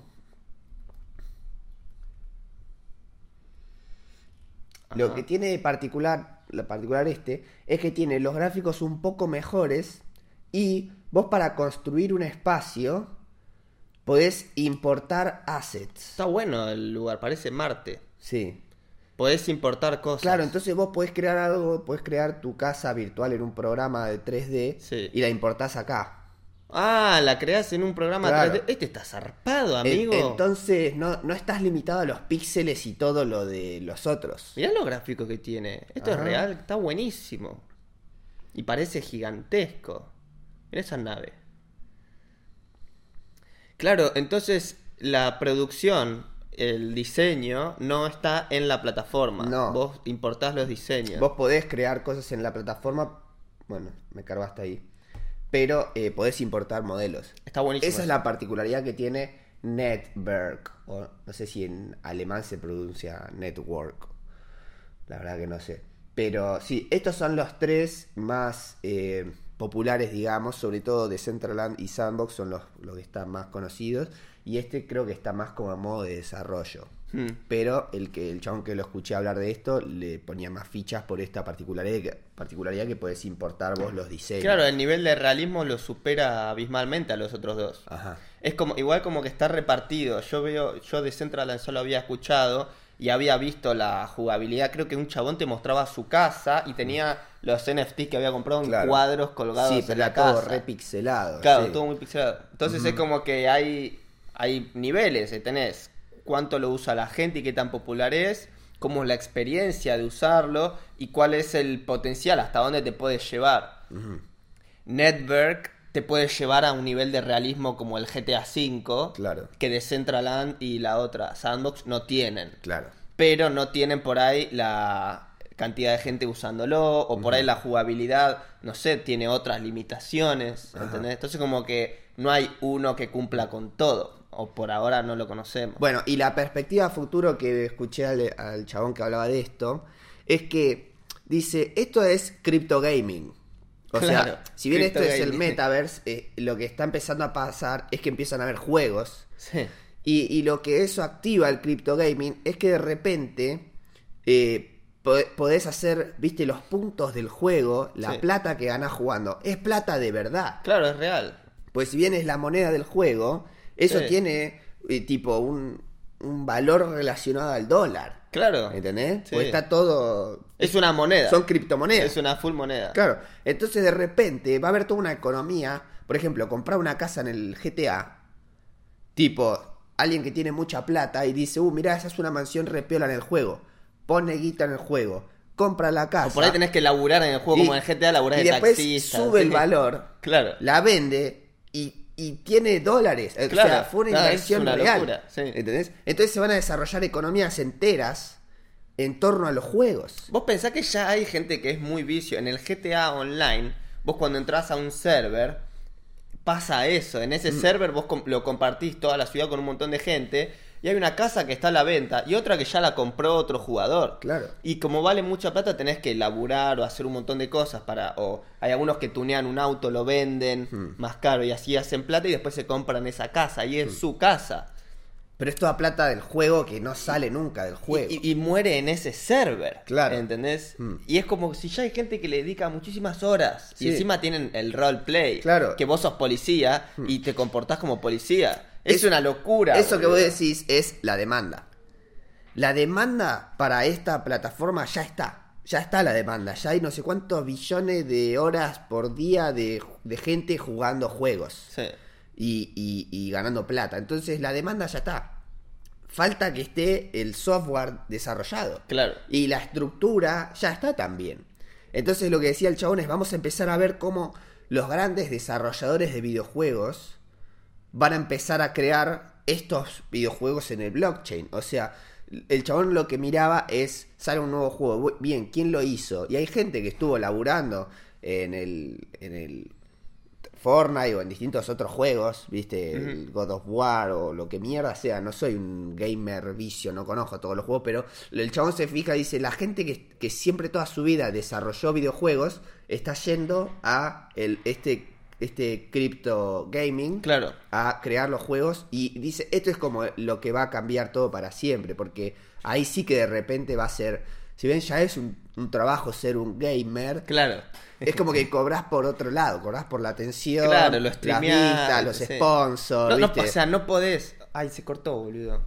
[SPEAKER 2] Ajá.
[SPEAKER 1] que tiene de particular. Lo particular este. Es que tiene los gráficos un poco mejores. Y vos para construir un espacio. Podés importar assets.
[SPEAKER 2] Está bueno el lugar, parece Marte.
[SPEAKER 1] Sí.
[SPEAKER 2] Podés importar cosas.
[SPEAKER 1] Claro, entonces vos podés crear algo, podés crear tu casa virtual en un programa de 3D
[SPEAKER 2] Sí.
[SPEAKER 1] y la importás acá.
[SPEAKER 2] Ah, la creás en un programa
[SPEAKER 1] Claro.
[SPEAKER 2] 3D. Este está zarpado,
[SPEAKER 1] En-
[SPEAKER 2] amigo.
[SPEAKER 1] Entonces no, no estás limitado a los píxeles y todo lo de los otros.
[SPEAKER 2] Mirá lo gráfico que tiene. Esto
[SPEAKER 1] Ajá.
[SPEAKER 2] es real, está buenísimo. Y parece gigantesco. Mirá esa nave. Claro, entonces la producción, el diseño, no está en la plataforma.
[SPEAKER 1] No.
[SPEAKER 2] Vos importás los diseños.
[SPEAKER 1] Vos podés crear cosas en la plataforma. Bueno, me cargaste ahí. Pero eh, podés importar modelos.
[SPEAKER 2] Está buenísimo.
[SPEAKER 1] Esa es
[SPEAKER 2] eso.
[SPEAKER 1] la particularidad que tiene Network. O no sé si en alemán se pronuncia Network. La verdad que no sé. Pero sí, estos son los tres más eh, populares, digamos. Sobre todo de Centraland y Sandbox son los, los que están más conocidos. Y este creo que está más como a modo de desarrollo.
[SPEAKER 2] Hmm.
[SPEAKER 1] Pero el que el chabón que lo escuché hablar de esto le ponía más fichas por esta particularidad que, particularidad que podés importar vos los diseños.
[SPEAKER 2] Claro, el nivel de realismo lo supera abismalmente a los otros dos.
[SPEAKER 1] Ajá.
[SPEAKER 2] Es como, igual como que está repartido. Yo veo, yo de Central solo había escuchado y había visto la jugabilidad. Creo que un chabón te mostraba su casa y tenía los NFTs que había comprado en
[SPEAKER 1] Claro.
[SPEAKER 2] cuadros colgados
[SPEAKER 1] Sí,
[SPEAKER 2] en
[SPEAKER 1] pero
[SPEAKER 2] la
[SPEAKER 1] era
[SPEAKER 2] casa.
[SPEAKER 1] todo repixelado.
[SPEAKER 2] Claro,
[SPEAKER 1] sí.
[SPEAKER 2] todo muy pixelado. Entonces es como que hay, hay niveles, eh, tenés cuánto lo usa la gente y qué tan popular es, cómo es la experiencia de usarlo y cuál es el potencial, hasta dónde te puedes llevar. Network te puede llevar a un nivel de realismo como el GTA V,
[SPEAKER 1] Claro.
[SPEAKER 2] que Decentraland y la otra, Sandbox, no tienen
[SPEAKER 1] Claro.
[SPEAKER 2] pero no tienen por ahí la cantidad de gente usándolo o por ahí la jugabilidad, no sé, tiene otras limitaciones,
[SPEAKER 1] Ajá.
[SPEAKER 2] ¿entendés? Entonces como que no hay uno que cumpla con todo, o por ahora no lo conocemos.
[SPEAKER 1] Bueno, y la perspectiva a futuro que escuché al, al chabón que hablaba de esto es que dice, esto es crypto gaming. O
[SPEAKER 2] Claro,
[SPEAKER 1] sea, si bien esto
[SPEAKER 2] crypto
[SPEAKER 1] es el
[SPEAKER 2] gaming.
[SPEAKER 1] metaverse, eh, lo que está empezando a pasar es que empiezan a haber juegos
[SPEAKER 2] Sí.
[SPEAKER 1] Y, y lo que eso activa el crypto gaming es que de repente eh, po- podés hacer, viste, los puntos del juego, la
[SPEAKER 2] Sí.
[SPEAKER 1] plata que ganás jugando. Es plata de verdad.
[SPEAKER 2] Claro, es real.
[SPEAKER 1] Pues si bien es la moneda del juego, eso
[SPEAKER 2] Sí.
[SPEAKER 1] tiene eh, tipo un, un valor relacionado al dólar.
[SPEAKER 2] Claro.
[SPEAKER 1] ¿Entendés?
[SPEAKER 2] Sí.
[SPEAKER 1] Pues está todo.
[SPEAKER 2] Es una moneda.
[SPEAKER 1] Son criptomonedas.
[SPEAKER 2] Es una full moneda.
[SPEAKER 1] Claro, entonces de repente va a haber toda una economía. Por ejemplo, comprar una casa en el GTA. Tipo, alguien que tiene mucha plata y dice, uh, mirá, esa es una mansión repiola en el juego. Pone guita en el juego. Compra la casa.
[SPEAKER 2] O por ahí tenés que laburar en el juego
[SPEAKER 1] Y-
[SPEAKER 2] como en GTA, laburar
[SPEAKER 1] y
[SPEAKER 2] de
[SPEAKER 1] después
[SPEAKER 2] taxista.
[SPEAKER 1] sube
[SPEAKER 2] ¿sí?
[SPEAKER 1] el valor.
[SPEAKER 2] Claro.
[SPEAKER 1] La vende y, y tiene dólares. Eh, o
[SPEAKER 2] Claro,
[SPEAKER 1] sea, fue una
[SPEAKER 2] claro, es
[SPEAKER 1] inversión
[SPEAKER 2] una
[SPEAKER 1] real.
[SPEAKER 2] locura, sí.
[SPEAKER 1] ¿Entendés? Entonces se van a desarrollar economías enteras en torno a los juegos.
[SPEAKER 2] Vos pensás que ya hay gente que es muy vicio. En el GTA Online, vos cuando entras a un server, pasa eso. En ese server vos com- lo compartís toda la ciudad con un montón de gente. Y hay una casa que está a la venta y otra que ya la compró otro jugador.
[SPEAKER 1] Claro.
[SPEAKER 2] Y como vale mucha plata, tenés que laburar o hacer un montón de cosas para. O hay algunos que tunean un auto, lo venden más caro y así hacen plata y después se compran esa casa. Y es su casa.
[SPEAKER 1] Pero es toda plata del juego que no sale nunca del juego.
[SPEAKER 2] Y, y- y muere en ese server.
[SPEAKER 1] Claro.
[SPEAKER 2] ¿Entendés?
[SPEAKER 1] Mm.
[SPEAKER 2] Y es como si ya hay gente que le dedica muchísimas horas.
[SPEAKER 1] Sí.
[SPEAKER 2] Y encima tienen el roleplay.
[SPEAKER 1] Claro. Hmm.
[SPEAKER 2] Que vos sos policía y te comportás como policía. Es,
[SPEAKER 1] Es-
[SPEAKER 2] una locura.
[SPEAKER 1] Eso que
[SPEAKER 2] boludo.
[SPEAKER 1] vos decís es la demanda. La demanda para esta plataforma ya está. Ya está la demanda. Ya hay no sé cuántos billones de horas por día de, de gente jugando juegos
[SPEAKER 2] Sí.
[SPEAKER 1] y, y- y ganando plata. Entonces la demanda ya está. falta que esté el software desarrollado.
[SPEAKER 2] Claro.
[SPEAKER 1] Y la estructura ya está también. Entonces lo que decía el chabón es, vamos a empezar a ver cómo los grandes desarrolladores de videojuegos van a empezar a crear estos videojuegos en el blockchain. O sea, el chabón lo que miraba es, sale un nuevo juego, bien, ¿quién lo hizo? Y hay gente que estuvo laburando en el, en el Fortnite o en distintos otros juegos, viste, el God of War o lo que mierda sea, no soy un gamer vicio, no conozco todos los juegos, pero el chabón se fija y dice, la gente que, que siempre toda su vida desarrolló videojuegos está yendo a el, este, este crypto gaming
[SPEAKER 2] Claro.
[SPEAKER 1] a crear los juegos y dice, esto es como lo que va a cambiar todo para siempre, porque ahí sí que de repente va a ser, si bien ya es un, un trabajo ser un gamer,
[SPEAKER 2] Claro.
[SPEAKER 1] es como que cobras por otro lado, cobras por la atención,
[SPEAKER 2] Claro, lo
[SPEAKER 1] las
[SPEAKER 2] streameás,
[SPEAKER 1] vistas, los
[SPEAKER 2] sí.
[SPEAKER 1] sponsors,
[SPEAKER 2] No, no,
[SPEAKER 1] ¿viste?
[SPEAKER 2] o sea, no podés. Ay, se cortó, boludo.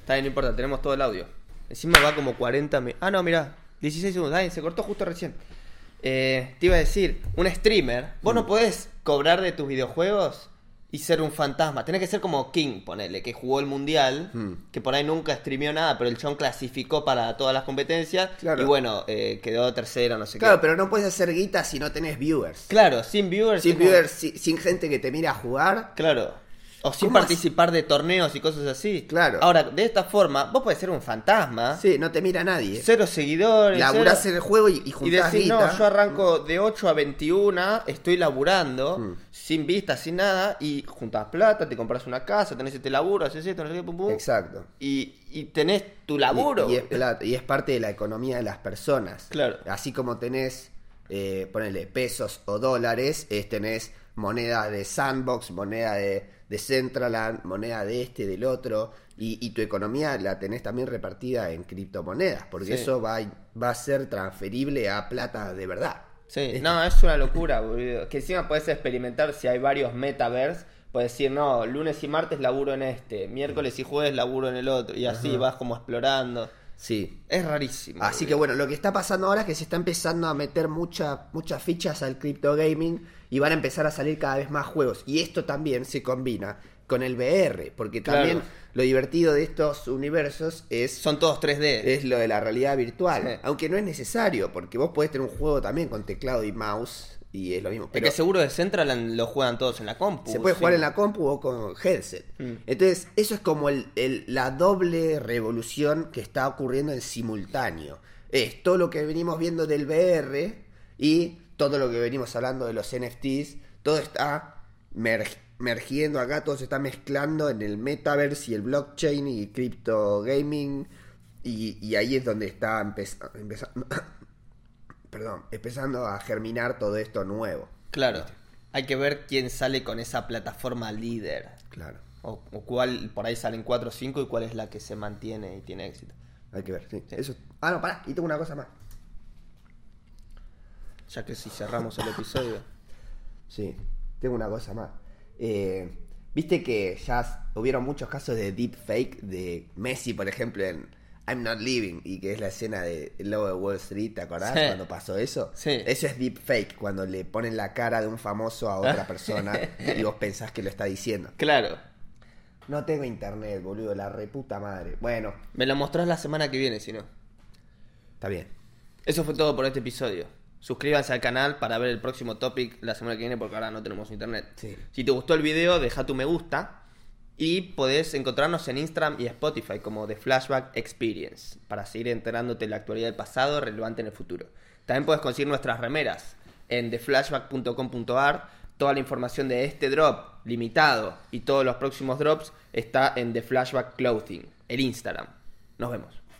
[SPEAKER 2] Está bien, no importa, tenemos todo el audio. Encima va como 40 mi- Ah, no, mirá. 16 segundos. Ay, se cortó justo recién. Eh, te iba a decir, un streamer. Vos
[SPEAKER 1] Mm.
[SPEAKER 2] no podés cobrar de tus videojuegos y ser un fantasma. Tenés que ser como King, ponele, que jugó el mundial,
[SPEAKER 1] Mm.
[SPEAKER 2] que por ahí nunca streameó nada, pero el chon clasificó para todas las competencias.
[SPEAKER 1] Claro.
[SPEAKER 2] Y bueno, eh, quedó tercero, no sé
[SPEAKER 1] claro,
[SPEAKER 2] qué.
[SPEAKER 1] pero no puedes hacer guita si no tenés viewers.
[SPEAKER 2] Claro, sin viewers. es
[SPEAKER 1] Sin
[SPEAKER 2] como-
[SPEAKER 1] viewers, si- sin gente que te mira jugar,
[SPEAKER 2] Claro. O sin
[SPEAKER 1] ¿Cómo
[SPEAKER 2] participar de torneos y cosas así.
[SPEAKER 1] Claro.
[SPEAKER 2] Ahora, de esta forma, vos podés ser un fantasma.
[SPEAKER 1] sí, no te mira nadie.
[SPEAKER 2] Ah. Cero seguidores.
[SPEAKER 1] Laburás
[SPEAKER 2] cero-
[SPEAKER 1] en el juego y, y
[SPEAKER 2] Y
[SPEAKER 1] juntás
[SPEAKER 2] decir,
[SPEAKER 1] guita.
[SPEAKER 2] no, yo arranco de 8 a 21, estoy laburando,
[SPEAKER 1] Mm.
[SPEAKER 2] sin vistas, sin nada, y juntas plata, te compras una casa, tenés este laburo, haces esto, no sé qué, pum, pum.
[SPEAKER 1] Exacto.
[SPEAKER 2] Y, y tenés tu laburo.
[SPEAKER 1] Y, y es, plata- y es parte de la economía de las personas.
[SPEAKER 2] Claro.
[SPEAKER 1] Así como tenés, eh, ponele pesos o dólares, es, tenés moneda de Sandbox, moneda de, de Centraland, moneda de este, del otro. Y, y tu economía la tenés también repartida en criptomonedas, porque
[SPEAKER 2] Sí.
[SPEAKER 1] eso va, a- va a ser transferible a plata de verdad.
[SPEAKER 2] Sí, no, es una locura, boludo. Que encima puedes experimentar si hay varios metaverse. Puedes decir, no, lunes y martes laburo en este, miércoles y jueves laburo en el otro. Y así vas como explorando.
[SPEAKER 1] Sí.
[SPEAKER 2] Es rarísimo.
[SPEAKER 1] Así que
[SPEAKER 2] boludo.
[SPEAKER 1] bueno, lo que está pasando ahora es que se está empezando a meter mucha- muchas fichas al crypto gaming y van a empezar a salir cada vez más juegos. Y esto también se combina con el VR, porque
[SPEAKER 2] Claro.
[SPEAKER 1] también lo divertido de estos universos es,
[SPEAKER 2] Son todos 3D.
[SPEAKER 1] es lo de la realidad virtual.
[SPEAKER 2] Sí.
[SPEAKER 1] Aunque no es necesario, porque vos podés tener un juego también con teclado y mouse y es lo mismo.
[SPEAKER 2] es
[SPEAKER 1] Pero
[SPEAKER 2] que seguro de Central lo juegan todos en la compu.
[SPEAKER 1] se puede
[SPEAKER 2] sí.
[SPEAKER 1] jugar en la compu o con headset.
[SPEAKER 2] Mm.
[SPEAKER 1] Entonces, eso es como el- el- la doble revolución que está ocurriendo en simultáneo. Es todo lo que venimos viendo del VR y todo lo que venimos hablando de los NFTs, todo está merg- mergiendo acá, todo se está mezclando en el metaverse y el blockchain y crypto gaming. Y, y ahí es donde está empeza- empezando, perdón, empezando a germinar todo esto nuevo.
[SPEAKER 2] Claro. Hay que ver quién sale con esa plataforma líder.
[SPEAKER 1] Claro.
[SPEAKER 2] O, o cuál, por ahí salen 4 o 5 y cuál es la que se mantiene y tiene éxito.
[SPEAKER 1] Hay que ver, sí.
[SPEAKER 2] Sí.
[SPEAKER 1] Eso. Ah, no, pará, y tengo una cosa más.
[SPEAKER 2] Ya que si cerramos el episodio.
[SPEAKER 1] Sí, tengo una cosa más. Eh, Viste que ya s- hubieron muchos casos de deepfake de Messi, por ejemplo, en I'm Not Living, y que es la escena de El Lobo de Wall Street, ¿te acordás?
[SPEAKER 2] Sí.
[SPEAKER 1] Cuando pasó eso.
[SPEAKER 2] Sí.
[SPEAKER 1] Eso es deepfake, cuando le ponen la cara de un famoso a otra persona y vos pensás que lo está diciendo.
[SPEAKER 2] Claro.
[SPEAKER 1] No tengo internet, boludo, la reputa madre. Bueno,
[SPEAKER 2] Me lo mostrás la semana que viene, si no.
[SPEAKER 1] está bien.
[SPEAKER 2] Eso fue todo por este episodio. Suscríbanse al canal para ver el próximo topic la semana que viene porque ahora no tenemos internet.
[SPEAKER 1] Sí.
[SPEAKER 2] Si te gustó el video, deja tu me gusta y podés encontrarnos en Instagram y Spotify como The Flashback Experience para seguir enterándote de la actualidad del pasado relevante en el futuro. También podés conseguir nuestras remeras en theflashback.com.ar. Toda la información de este drop limitado y todos los próximos drops está en The Flashback Clothing, el Instagram. Nos vemos.